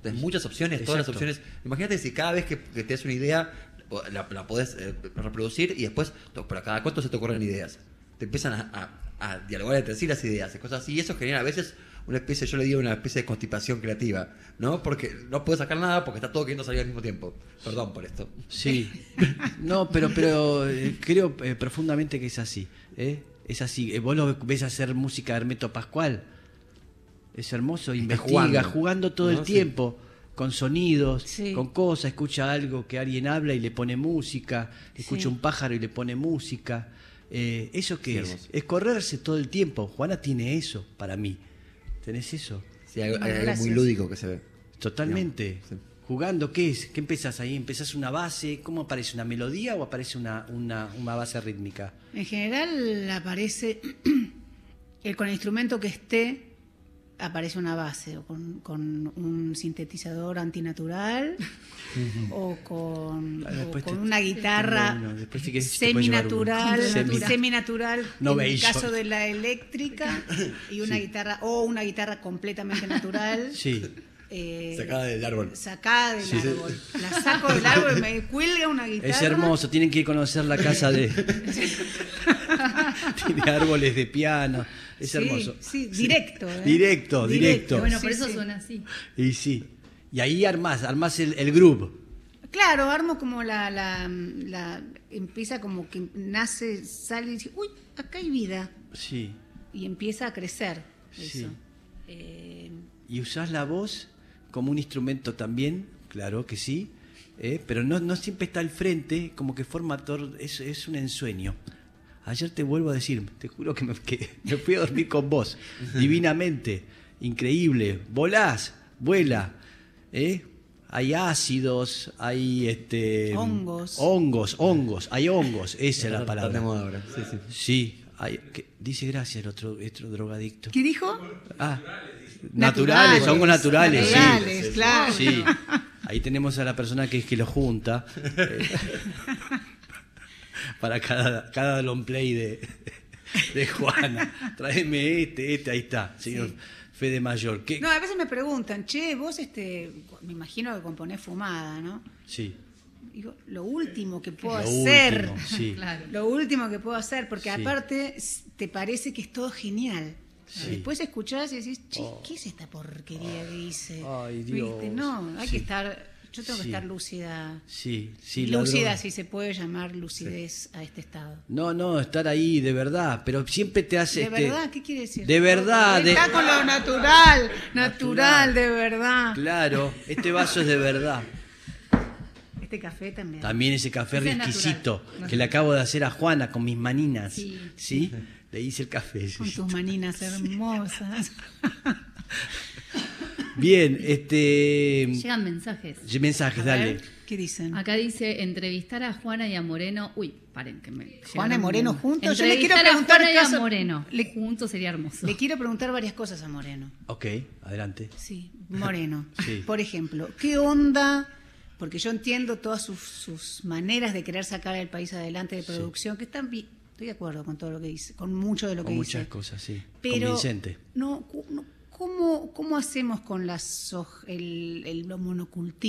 Tienes muchas opciones, todas las
Exacto.
opciones. Imagínate si cada vez que, que te das una idea o la, la podés eh, reproducir y después, to- pero cada cuánto se te ocurren ideas. Te empiezan a, a- a dialogar entre sí las ideas, y cosas así, y eso genera a veces una especie, yo le digo una especie de constipación creativa, ¿no? Porque no puedes sacar nada porque está todo queriendo salir al mismo tiempo. Perdón por esto.
Sí. No, pero, pero eh, creo eh, profundamente que es así. ¿eh? Es así. Eh, Vos lo ves hacer música de Hermeto Pascual. Es hermoso. Investiga, jugando,
jugando.
todo el
¿No? Sí.
tiempo. Con sonidos,
Sí.
con cosas. Escucha algo que alguien habla y le pone música. Escucha
Sí.
un pájaro y le pone música. Eh, ¿Eso qué
Sí,
es?
hermoso.
Es correrse todo el tiempo. Juana tiene eso para mí. ¿Tenés eso?
Sí, hay, hay
Bueno,
algo muy
gracias.
lúdico que se ve.
Totalmente.
Sí.
Jugando, ¿qué es? ¿Qué empezás ahí? ¿Empezás una base? ¿Cómo aparece? ¿Una melodía o aparece una, una, una base rítmica?
En general aparece, el, con el instrumento que esté, aparece una base, o con, con un sintetizador antinatural, o con,
Ah, después
o con
te-
una guitarra
Bueno, después si querés te puedes llevar uno.
seminatural,
Semi-
seminatural en el
Novation.
caso de la eléctrica, y una guitarra, o una guitarra completamente natural.
Sí.
eh,
Sacada del árbol.
Sacada del
Sí, sí.
árbol. La saco del árbol y me cuelga una guitarra.
Es hermoso, tienen que ir a conocer la casa de... Tiene árboles de piano, es
Sí,
hermoso.
Sí, directo. ¿eh?
Directo, directo.
Bueno, por
Sí,
eso
sí.
suena así.
Y sí, y ahí armás, armás el, el groove.
Claro, armo como la, la, la- Empieza como que nace, sale y dice, uy, acá hay vida.
Sí,
Y empieza a crecer
Sí.
eso. Eh,
Y usás la voz como un instrumento también, claro que sí, ¿eh? pero no, no siempre está al frente, como que forma todo, es, es un ensueño. Ayer te vuelvo a decir, te juro que me, que me fui a dormir con vos, divinamente, increíble, volás, vuela, ¿eh? Hay ácidos, hay este
Hongos.
hongos, hongos, hay hongos, esa es
Está-
la
está de
palabra.
moda ahora. Sí, sí.
Sí, hay- que- dice gracias el otro, este otro drogadicto.
¿Qué dijo?
Ah, naturales, hongos naturales,
Naturales,
sí.
claro.
Sí, ahí tenemos a la persona que es que lo junta. eh, para cada, cada long play de, de Juana. Tráeme este, este, ahí está, señor
Sí.
Fede Mayor. ¿Qué?
No, a veces me preguntan, che, vos este, me imagino que componés fumada, ¿no?
Sí.
Digo, lo último que puedo
Lo
hacer.
último, sí.
Claro.
Lo último que puedo hacer, porque
Sí.
aparte s- te parece que es todo genial.
Sí. Oh.
Después escuchás y decís, che, ¿qué es esta porquería que hice?
Ay,
¿Viste?
Dios.
No, hay
Sí.
que estar, yo tengo
Sí.
que estar lúcida.
Sí, sí. la
lúcida,
droga.
si se puede llamar lucidez a este estado.
No, no, estar ahí de verdad, pero siempre te hace...
¿De
este,
verdad? ¿Qué quiere decir?
De verdad, de-
Está con lo natural, natural,
Natural.
de verdad.
Claro, este vaso es de verdad.
Este café también.
También ese café
Ese es
exquisito
natural.
que le acabo de hacer a Juana con mis maninas. Sí.
Sí.
Le hice el café.
Con tus maninas hermosas.
Bien, este.
Llegan mensajes.
Mensajes,
A ver,
dale.
¿Qué dicen?
Acá dice entrevistar a Juana y a Moreno. Uy, paren que me.
Juana y
llegaron
Moreno
bien.
juntos. Yo le quiero
Entrevistar a
preguntar
Juana y a
caso-
Moreno.
le-
Juntos sería hermoso.
Le quiero preguntar varias cosas a Moreno.
Ok, adelante.
Sí, Moreno.
Sí.
Por ejemplo, ¿qué onda? Porque yo entiendo todas sus, sus maneras de querer sacar al país adelante de producción, que están bien. Estoy de acuerdo con todo lo que dice, con mucho de lo
Con
que
muchas
dice.
cosas, sí.
Pero,
Convincente.
No, cu- no, ¿cómo, ¿cómo hacemos con las hoj- el, el lo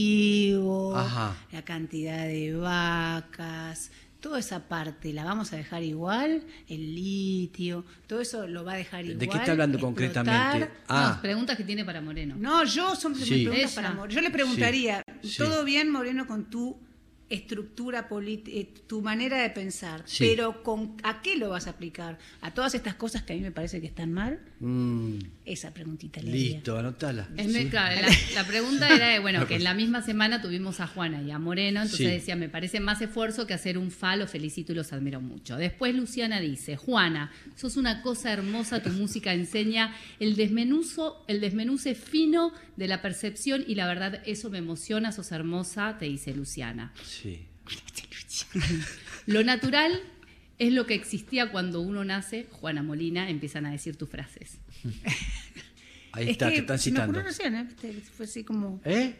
monocultivo,
Ajá.
la cantidad de vacas, toda esa parte? ¿La vamos a dejar igual? El litio, todo eso lo va a dejar
¿De
igual.
qué está hablando
explotar.
concretamente? Ah,
No, preguntas que tiene para Moreno.
No, yo son mis
Sí.
preguntas
Ella.
para Moreno. Yo le preguntaría,
Sí, sí.
todo bien, Moreno, con tu estructura política, tu manera de pensar,
Sí.
pero con, ¿a qué lo vas a aplicar? ¿A todas estas cosas que a mí me parece que están mal?
mm,
Esa preguntita le haría.
listo, anotala.
Es me- claro, la, la pregunta era, de, bueno, que en la misma semana tuvimos a Juana y a Moreno, entonces
Sí.
decía, me parece más esfuerzo que hacer un fa, los felicito y los admiro mucho. Después Luciana dice, Juana, sos una cosa hermosa, tu música enseña el desmenuzo, el desmenuce fino de la percepción y la verdad eso me emociona, sos hermosa, te dice Luciana.
Sí.
Lo natural es lo que existía cuando uno nace, Juana Molina, empiezan a decir tus frases.
Ahí
Es
está,
que
te están
nos
citando.
juró recién, ¿eh? Viste, Fue así como,
¿Eh?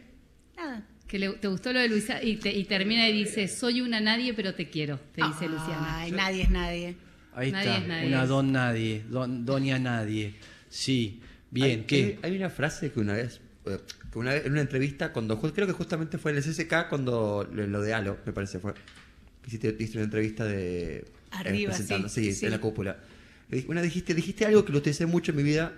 nada.
Que le- te gustó lo de Luisa y, te- y termina y dice, soy una nadie pero te quiero, te dice Luciana.
Ay, nadie es nadie.
Ahí
Nadie
está.
es nadie.
Una don nadie. Don, doña nadie. Sí. Bien,
Hay-
¿qué?
Hay, hay una frase que una vez, eh, que una vez en una entrevista, cuando ju- creo que justamente fue en el SSK, cuando lo, lo de Halo, me parece, fue. que Hiciste, hiciste una entrevista de. eh,
Arriba,
presentando,
sí,
sí,
sí.
en la cúpula. Le di- Una dijiste, dijiste algo que lo utilicé mucho en mi vida,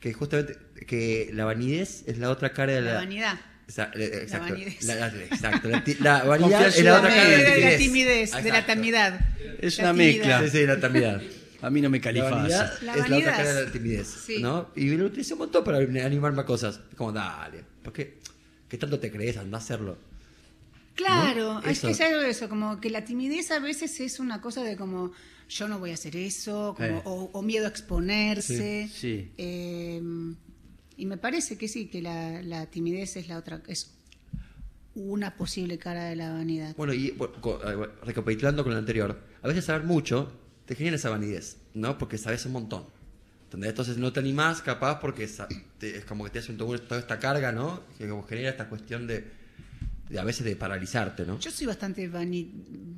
que justamente que la vanidez es la otra cara de la.
La vanidad.
Exa- eh, Exacto.
vanidez.
La, la- exacto. La, ti- la vanidad es
Confianzuda
la otra cara
media
de
de,
la
la
timidez.
timidez, de la
Exacto.
tamidad.
Es
La
una
timidez.
mezcla.
Sí, sí, la tamidad.
A mí no me
La vanidad
califas.
La
es la otra
vanidad.
cara de la timidez,
Sí.
¿no? Y lo utilicé un montón para animarme a cosas. Como, dale, ¿por qué? ¿Qué tanto te crees? Anda a hacerlo.
Claro,
¿No?
es que es
Eso.
algo de eso, como que la timidez a veces es una cosa de como yo no voy a hacer eso, como-
Eh.
o, o miedo a exponerse.
Sí, sí.
Eh, y me parece que sí, que la, la timidez es la otra, es una posible cara de la vanidad.
Bueno, y bueno, co- eh, bueno, recapitulando con lo anterior, a veces saber mucho te genera esa vanidez, ¿no? Porque sabes un montón. ¿entendés? Entonces no te animás capaz porque sa- te- es como que te hace un toda esta carga, ¿no? Que como genera esta cuestión de, de a veces de paralizarte, ¿no?
Yo soy bastante vani-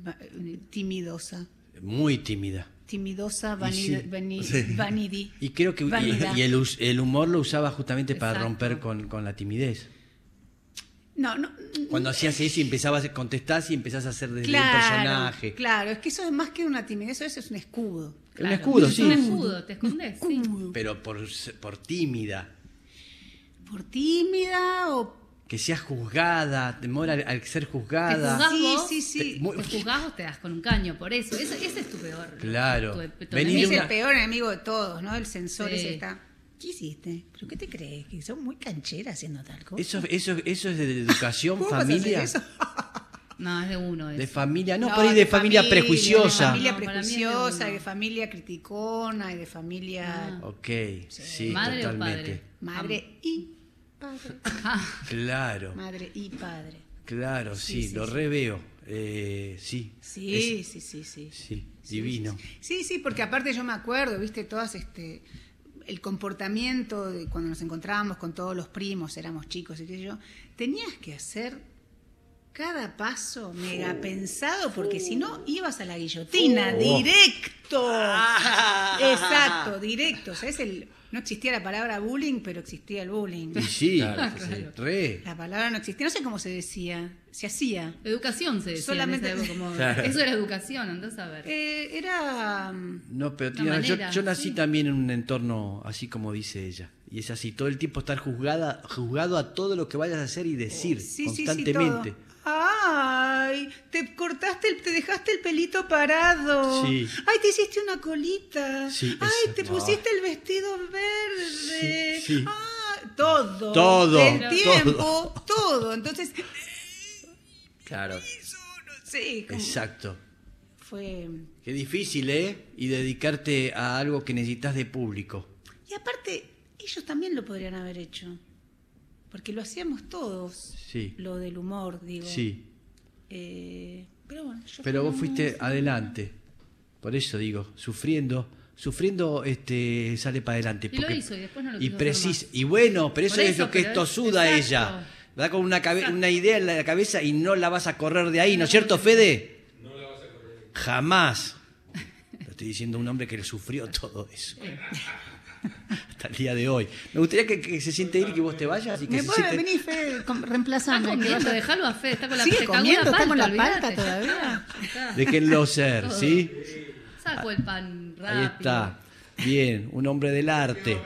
va- eh, timidosa.
Muy tímida.
Timidosa, vani-
sí.
vani-
Sí.
vanidi.
Y creo que y-
Vanidad.
y el, us- el humor lo usaba justamente para
Exacto.
romper con, con la timidez.
No, no.
Cuando hacías eso y empezabas a contestar y empezás a hacer desde un
Claro,
personaje.
claro, es que eso es más que una timidez, eso es un escudo.
Un escudo,
es
sí.
Un escudo, te escondes. sí.
Pero por, s- por tímida.
Por tímida o
Que seas juzgada, temor al, al ser juzgada.
juzgás
Sí,
vos?
sí, sí.
Te- muy-
Te juzgás o te das con un caño, por eso. Eso- ese es tu peor.
Claro.
tu- tu
Venís de
es
enemigo.
una-
el peor enemigo de todos, ¿no? El sensor
Sí.
ese está. ¿Qué hiciste? ¿Pero qué te crees? Que son muy cancheras haciendo tal cosa.
Eso, eso, eso es de educación,
¿Cómo vas a hacer
familia.
eso?
No, es de uno.
De
Es.
familia, ah, no, por ahí de, familia, prejuiciosa.
De familia
No, para mí es de Ah.
prejuiciosa,
uno.
de familia criticona, y de familia
Ok, sí,
¿Madre o
totalmente.
padre?
madre y padre.
Claro,
Madre y padre.
claro, sí,
Sí, sí,
lo
sí.
reveo. Eh, sí,
Sí, sí, sí, sí.
es- sí, divino.
Sí, sí, porque aparte yo me acuerdo, viste, todas este el comportamiento de cuando nos encontrábamos con todos los primos, éramos chicos y qué sé yo, tenías que hacer cada paso mega pensado, porque si no ibas a la guillotina, directo.
Ah.
Exacto, directo. ¿Sabes? El, no existía la palabra bullying, pero existía el bullying.
Y sí,
Claro, sí, sí.
re.
La palabra no existía, no sé cómo se decía, se hacía.
Educación se decía.
Solamente-
Solamente. como,
Claro.
Eso era educación, andás a ver.
Eh, era. mm,
No, pero
Una
tiene- yo,
manera,
yo nací
sí.
también en un entorno así como dice ella. Y es así, todo el tiempo estar juzgada, juzgado a todo lo que vayas a hacer y decir
Oh, Sí, sí, sí, todo.
constantemente.
Ay, te cortaste, el, te dejaste el pelito parado.
Sí.
Ay, te hiciste una colita.
Sí,
Ay, te
exacto.
pusiste el vestido verde.
Sí, sí.
Ah, todo.
Todo,
El
todo.
tiempo, todo. Entonces,
Claro.
sí, como-
Exacto.
fue.
Qué difícil, ¿eh? Y dedicarte a algo que necesitas de público.
Y aparte, ellos también lo podrían haber hecho. Porque lo hacíamos todos.
Sí.
Lo del humor, digo.
Sí.
Eh, pero bueno, yo
Pero
fui
vos fuiste adelante. Por eso digo, sufriendo. Sufriendo este sale para adelante.
Y lo
porque-
hizo, y después no lo
y
quiso hacer
precis-
más.
Y bueno, pero eso,
Por
es
eso,
lo que es
pero es-
tosuda
exacto.
ella. Va con una, cabe- una idea en la cabeza y no la vas a correr de ahí, ¿no es cierto, Fede? No la vas a correr. Jamás. Lo estoy diciendo un hombre que sufrió todo eso. Hasta el día de hoy. Me gustaría que, que se siente él y que vos te vayas y que
Me
se
puedo
siente-
venir, Fede, com-
Está
reemplazame. que
comiendo,
vaya-
déjalo a Fede, está con la
Sigue
se cagó
comiendo, está con la
olvídate,
palta
ya está,
todavía.
ya está.
Déjenlo ser,
Todo.
¿sí?
Saco el pan rápido.
Ahí está. Bien, un hombre del arte.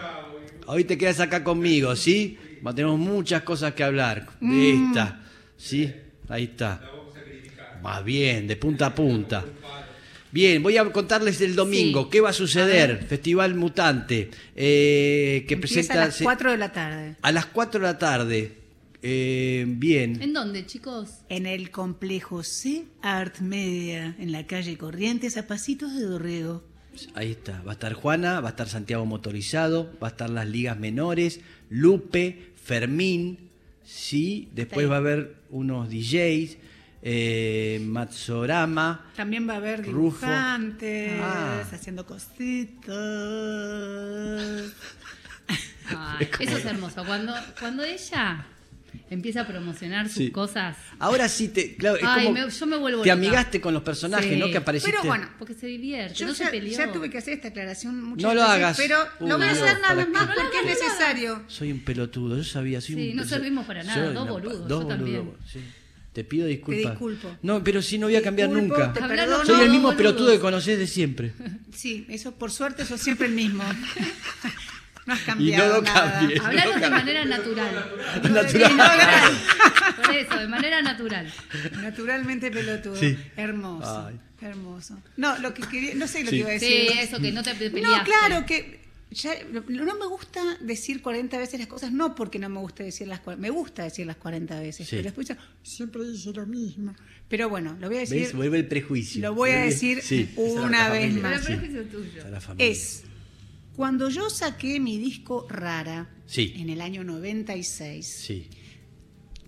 Hoy te quedas acá conmigo, ¿sí? Va, Tenemos muchas cosas que hablar. De esta, ¿sí? Ahí está. Más bien, de punta a punta. Bien, voy a contarles del domingo.
Sí.
¿Qué va a suceder? Festival Mutante, eh, que
Empieza
presenta
a las
se-
4 de la tarde.
a las 4 de la tarde. Eh, bien.
¿En dónde, chicos?
En el complejo C Art Media, en la calle Corrientes, a pasitos de Dorrego.
Pues Ahí está. Va a estar Juana, va a estar Santiago Motorizado, va a estar las ligas menores, Lupe, Fermín, sí. Después va a haber unos DJs, eh, Matsorama.
También va a haber
Rufo.
dibujantes
Ah.
haciendo cositas.
Ay, eso es hermoso. Cuando, cuando ella empieza a promocionar sus
Sí.
cosas,
Ahora sí te. Claro, es
Ay,
como
me- yo me vuelvo
Te
loca.
amigaste con los personajes,
Sí.
¿no? Que apareciste.
Pero bueno,
porque se divierte,
Yo
no se
ya,
peleó.
ya tuve que hacer esta aclaración muchas
No lo
veces,
hagas.
pero
Uy,
lo voy a
Dios,
hacer nada
¿para
más
qué?
porque es necesario.
Soy un pelotudo, yo sabía. Soy
Sí,
un-
no servimos para nada,
soy
dos
una-
boludos,
dos
yo también.
boludos, sí. Te pido disculpas.
disculpo.
No, pero sí, no voy a cambiar
Disculpo,
nunca.
te
Hablando
perdono.
Soy
No,
el
dos
mismo
boludos.
pelotudo que conocés de siempre.
Sí, eso por suerte sos siempre el mismo. No has
Y no
cambiado.
lo
nada.
cambies.
Hablaron de manera natural.
Natural.
Por eso, de manera natural.
Naturalmente pelotudo.
Sí.
Hermoso.
Ay.
Hermoso. No, lo que quería, no sé lo
Sí.
que iba a
Sí,
decir.
eso que no te peleaste.
no, claro que ya- lo- no me gusta decir 40 veces las cosas, no porque no me guste decir las 40, me gusta decir las 40 veces,
Sí.
pero después ya, siempre dice lo mismo. Pero bueno, lo voy a
¿Ves?
decir,
Vuelve el prejuicio.
lo voy
Vuelve-
a decir
Sí.
una
la
vez
Pero
familia.
más.
el prejuicio tuyo.
Está la familia.
Es cuando yo saqué mi disco Rara
Sí.
en el año 96.
Sí,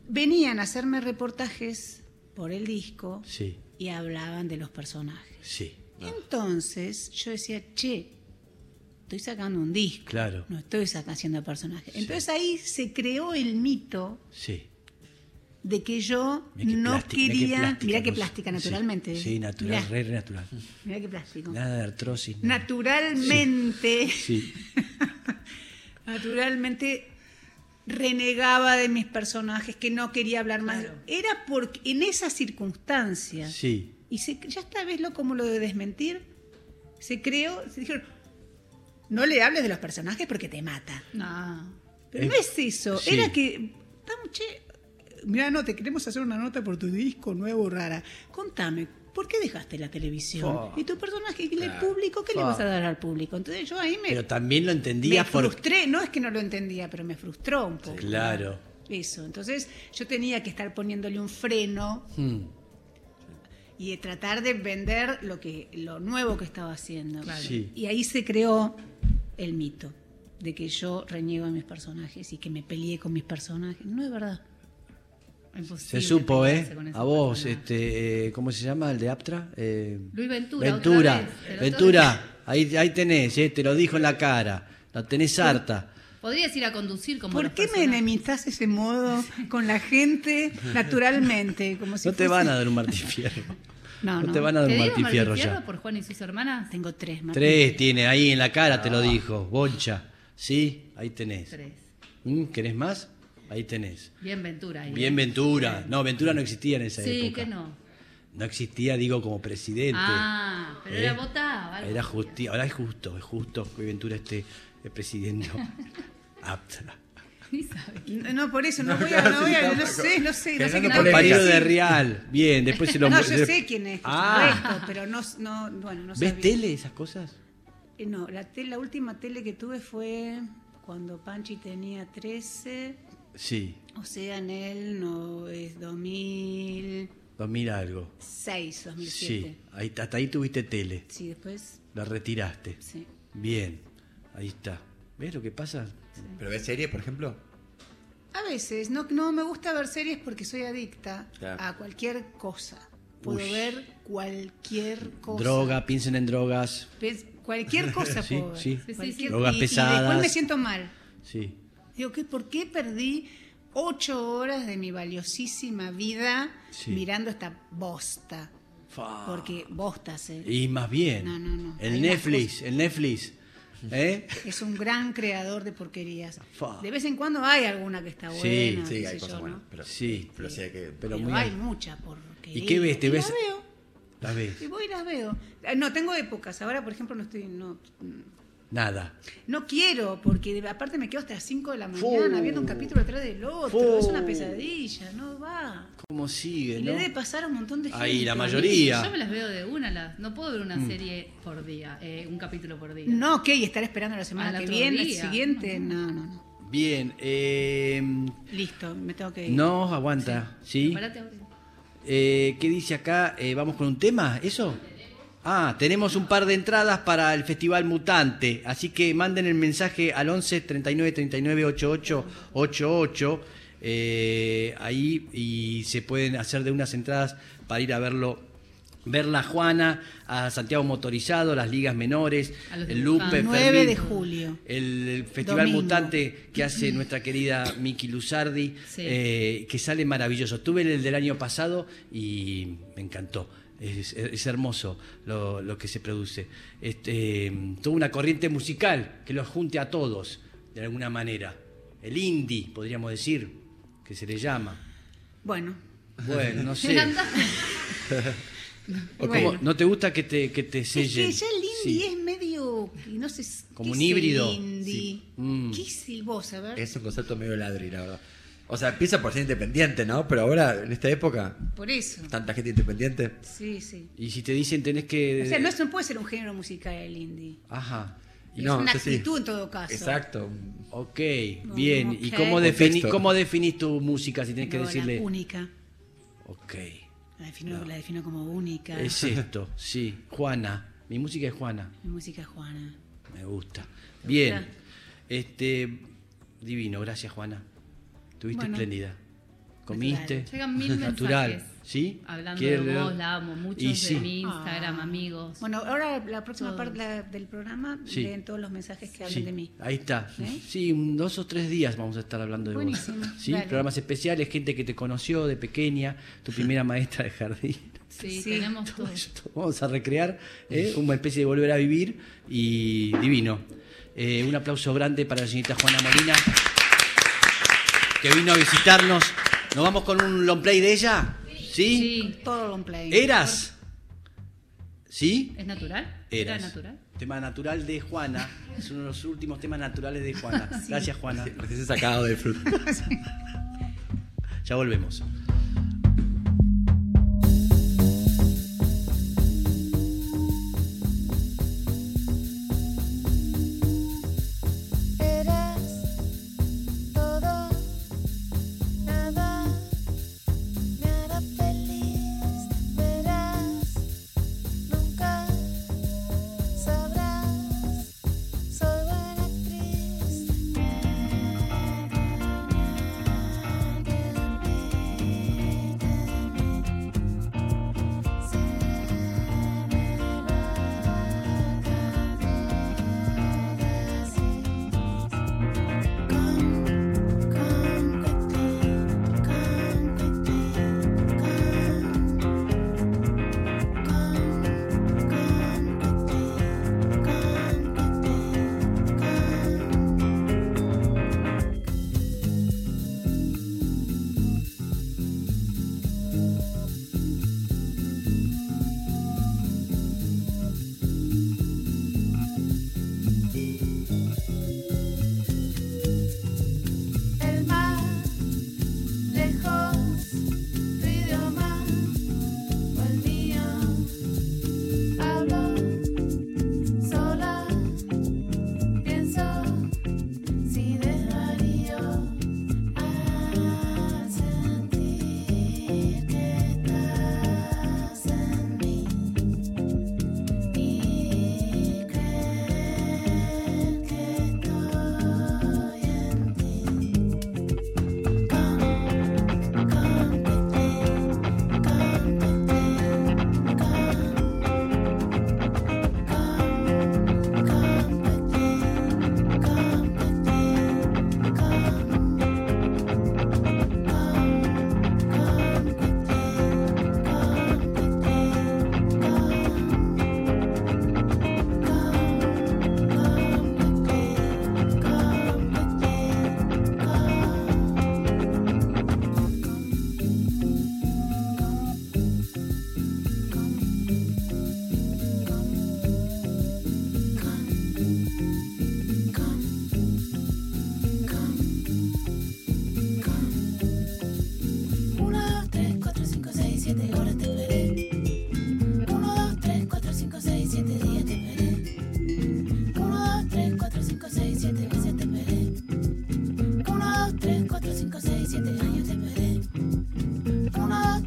venían a hacerme reportajes por el disco
sí,
y hablaban de los personajes.
sí.
Entonces yo decía, che, estoy sacando un disco.
Claro.
No estoy saca- haciendo personajes. Entonces ahí se creó el mito
Sí.
de que yo
Mirá qué
no
plástica, mirá qué
quería.
plástica,
mirá qué
cosa.
plástica,
Sí,
naturalmente.
Sí, natural,
Mirá,
re, re natural.
mirá qué plástico.
Nada de artrosis. nada.
Naturalmente.
Sí,
naturalmente renegaba de mis personajes, que no quería hablar más. Era porque en esas circunstancias.
sí.
Y se- ya esta vez lo como lo de desmentir, se creó, se dijeron, no le hables de los personajes porque te mata.
No.
Pero
Eh,
no es eso,
sí.
era que, "Tam, che, mira, no, te queremos hacer una nota por tu disco nuevo, rara. Contame, ¿por qué dejaste la televisión?
Fua.
¿Y tu personaje? ¿Y el
Claro.
público? ¿Qué le
Fua.
vas a dar al público? Entonces yo ahí me,
Pero también lo
me
entendía por.
frustré, no es que no lo entendía, pero me frustró un poco.
Claro.
Eso, entonces yo tenía que estar poniéndole un freno
Mm,
y de tratar de vender lo que lo nuevo que estaba haciendo.
Claro.
Sí.
Y ahí se creó el mito de que yo reniego a mis personajes y que me peleé con mis personajes. No es verdad.
Se
Imposible
supo,
pelearse
¿eh?
con esos
A vos,
personajes.
este, eh, ¿cómo se llama el de Aptra? Eh,
Luis Ventura, otra
Ventura,
vez, pero
Ventura. Ahí, ahí tenés, eh, te lo dijo en la cara. La tenés harta.
Podrías ir a conducir como
¿Por
los
qué me
personajes.
enemistás ese modo con la gente naturalmente? Como si
No te van
fuese-
a dar un Martín Fierro.
No,
No
no.
te van a dar
¿Te
un
digo
Martín Fierro ya.
por Juan y sus hermanas?
Tengo tres, Martín.
Tres tiene ahí en la cara, te lo dijo. Boncha. Sí, ahí tenés.
Tres.
Mm, ¿Querés más? Ahí tenés.
Bien Ventura. ahí,
Bien
¿eh?
Ventura. No, Ventura no existía en esa
Sí,
época.
que no.
No existía, digo, como presidente.
Ah, pero
¿Eh?
era votaba. algo.
Era justi- ahora es justo, es justo que Ventura esté eh, presidiendo APTA.
Ni sabe.
No, no, por eso, no, voy a, no voy a, no sé, no sé, no sé
Generando
quién
polémica.
es.
Compañero de Real. Bien, después se lo
No,
mu-
yo
de-
sé quién es, por
Ah.
supuesto, pero no, no, bueno, no
¿Ves
sabía.
tele esas cosas?
Eh, No, la, tele- la última tele que tuve fue cuando Panchi tenía 13,
Sí,
o sea, en él no es 2006,
2000 algo.
2007.
Sí, ahí, hasta ahí tuviste tele,
Sí, después,
la retiraste.
sí.
Bien, ahí está. ¿Ves lo que pasa?
¿Pero ves serie, por ejemplo?
A veces, no, no me gusta ver series porque soy adicta
Claro.
a cualquier cosa. Puedo
Uy.
ver cualquier cosa.
Droga, piensen en drogas.
Pes- Cualquier cosa
Sí,
puedo ver.
sí. Sí, sí,
Cualquier-
sí.
Drogas
y- Y
pesadas.
después me siento mal.
Sí.
Digo, ¿qué, ¿por qué perdí ocho horas de mi valiosísima vida
Sí.
mirando esta bosta?
Fa.
Porque bostas, ¿eh?
Y más bien,
No, no, no.
el
Hay
Netflix, el Netflix. ¿Eh?
Es un gran creador de porquerías.
Fa.
De vez en cuando hay alguna que está
Sí,
buena.
Sí,
qué
hay
sé
cosas
yo,
buenas.
¿no?
Pero,
Sí.
Pero sí hay que...
Pero
Pero,
muy-
hay mucha porquería.
¿Y qué ves? ¿Te
Y la
ves-
veo.
La ves.
Y voy y las veo. Eh, No, tengo épocas. Ahora, por ejemplo, no estoy. No,
Nada.
no quiero, porque de- aparte me quedo hasta las 5 de la
Fu.
mañana viendo un capítulo atrás del otro.
Fu.
Es una pesadilla, no va.
¿Cómo sigue,
Y
no?
le debe pasar a un montón de gente.
Ahí, la
Sí,
mayoría.
Yo me las veo de una, las- no puedo ver una
Mm.
serie por día, eh, un capítulo por día.
No, ¿qué? Y estar esperando la semana
Al
que
otro
viene, el
día.
siguiente. No, no, no.
Bien, eh,
Listo, me tengo que ir.
no, aguanta, ¿sí?
Parate ahora.
Eh, ¿Qué dice acá? Eh, ¿Vamos con un tema? ¿Eso? Ah, tenemos un par de entradas para el Festival Mutante, así que manden el mensaje al 11 39 39 88 88 eh, ahí y se pueden hacer de unas entradas para ir a verlo, ver la Juana, a Santiago Motorizado, las ligas menores,
A los
el Lupe,
dibujantes.
9 de
Fermín,
julio.
el, el Festival
Domingo.
Mutante que hace nuestra querida Miki Luzardi,
Sí.
eh, que sale maravilloso. Tuve el del año pasado y me encantó. Es, es hermoso lo, lo que se produce. Este, em, toda una corriente musical que los junte a todos, de alguna manera. El indie, podríamos decir, que se le llama.
Bueno,
Bueno, no sé.
Anda.
O
Bueno.
como- ¿No te gusta que te, que te sellen?
es que ya el indie
Sí.
es medio. No sé. ¿qué
Como un
es el
híbrido.
indie?
Sí. Mm.
¿Qué es el vos? A ver.
Es un concepto medio ladri, la verdad. O sea, empieza por ser independiente, ¿no? Pero ahora, en esta época,
Por eso.
tanta gente independiente.
Sí, sí.
Y si te dicen tenés que...
O sea, no, es- no puede ser un género musical el indie.
Ajá.
Y
Es
no,
una
sí, sí.
actitud en todo caso.
Exacto.
Ok, bien. ¿Y
ok.
cómo, defini-
Contexto.
cómo definís tu música si tenés que
No,
decirle?
La única.
Ok,
La defino, la defino como única.
es esto, sí. Juana, mi música es Juana,
Mi música es Juana.
me gusta. Bien,
gusta?
este, divino, gracias Juana. Tuviste
Bueno.
espléndida. Comiste.
Llegan mil
Natural,
mensajes.
¿sí?
Hablando
¿Quieres
de
leer?
vos, la amo. Muchos
Y
de
sí.
mi Instagram,
Ah.
amigos.
Bueno, ahora la próxima
Todos.
parte la- del programa
Sí.
leen todos los mensajes que hablan
Sí,
de mí.
Ahí está.
¿Eh?
Sí, un- dos o tres días vamos a estar hablando de
Buenísimo,
vos. Sí,
dale.
programas especiales, gente que te conoció de pequeña, tu primera maestra de jardín.
sí,
sí,
tenemos
Todo
todo.
esto. Vamos a recrear ¿eh? una especie de volver a vivir y divino. Eh, un aplauso grande para la señorita Juana Molina, que vino a visitarnos. ¿Nos vamos con un long play de ella? ¿Sí?
Sí.
Todo long play.
¿Eras? ¿Sí?
¿Es natural? ¿Era
Eras.
natural?
Tema natural de Juana. Es uno de los últimos temas naturales de Juana. Gracias, Juana.
Recién sacado del fruto.
Ya volvemos.
Eras todo, nada, me hará feliz, verás, nunca sabrás, soy buena actriz.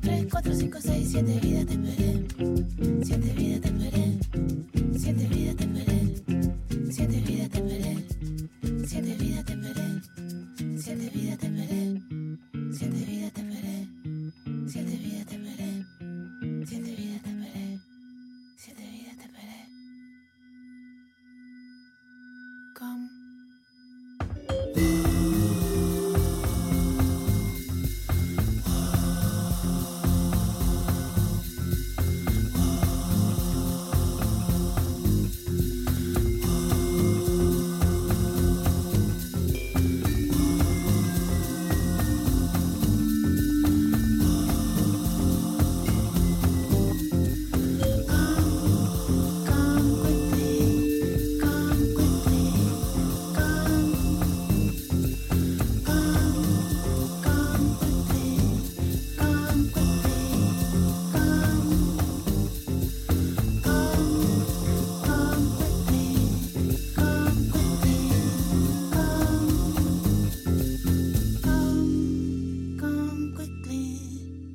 Siete vidas te esperé, siete vidas te esperé, siete vidas te esperé, siete vidas te esperé, siete vidas te esperé, siete vidas te esperé, siete vidas te esperé, siete vidas te esperé, siete vidas te esperé, siete vidas te esperé. Come.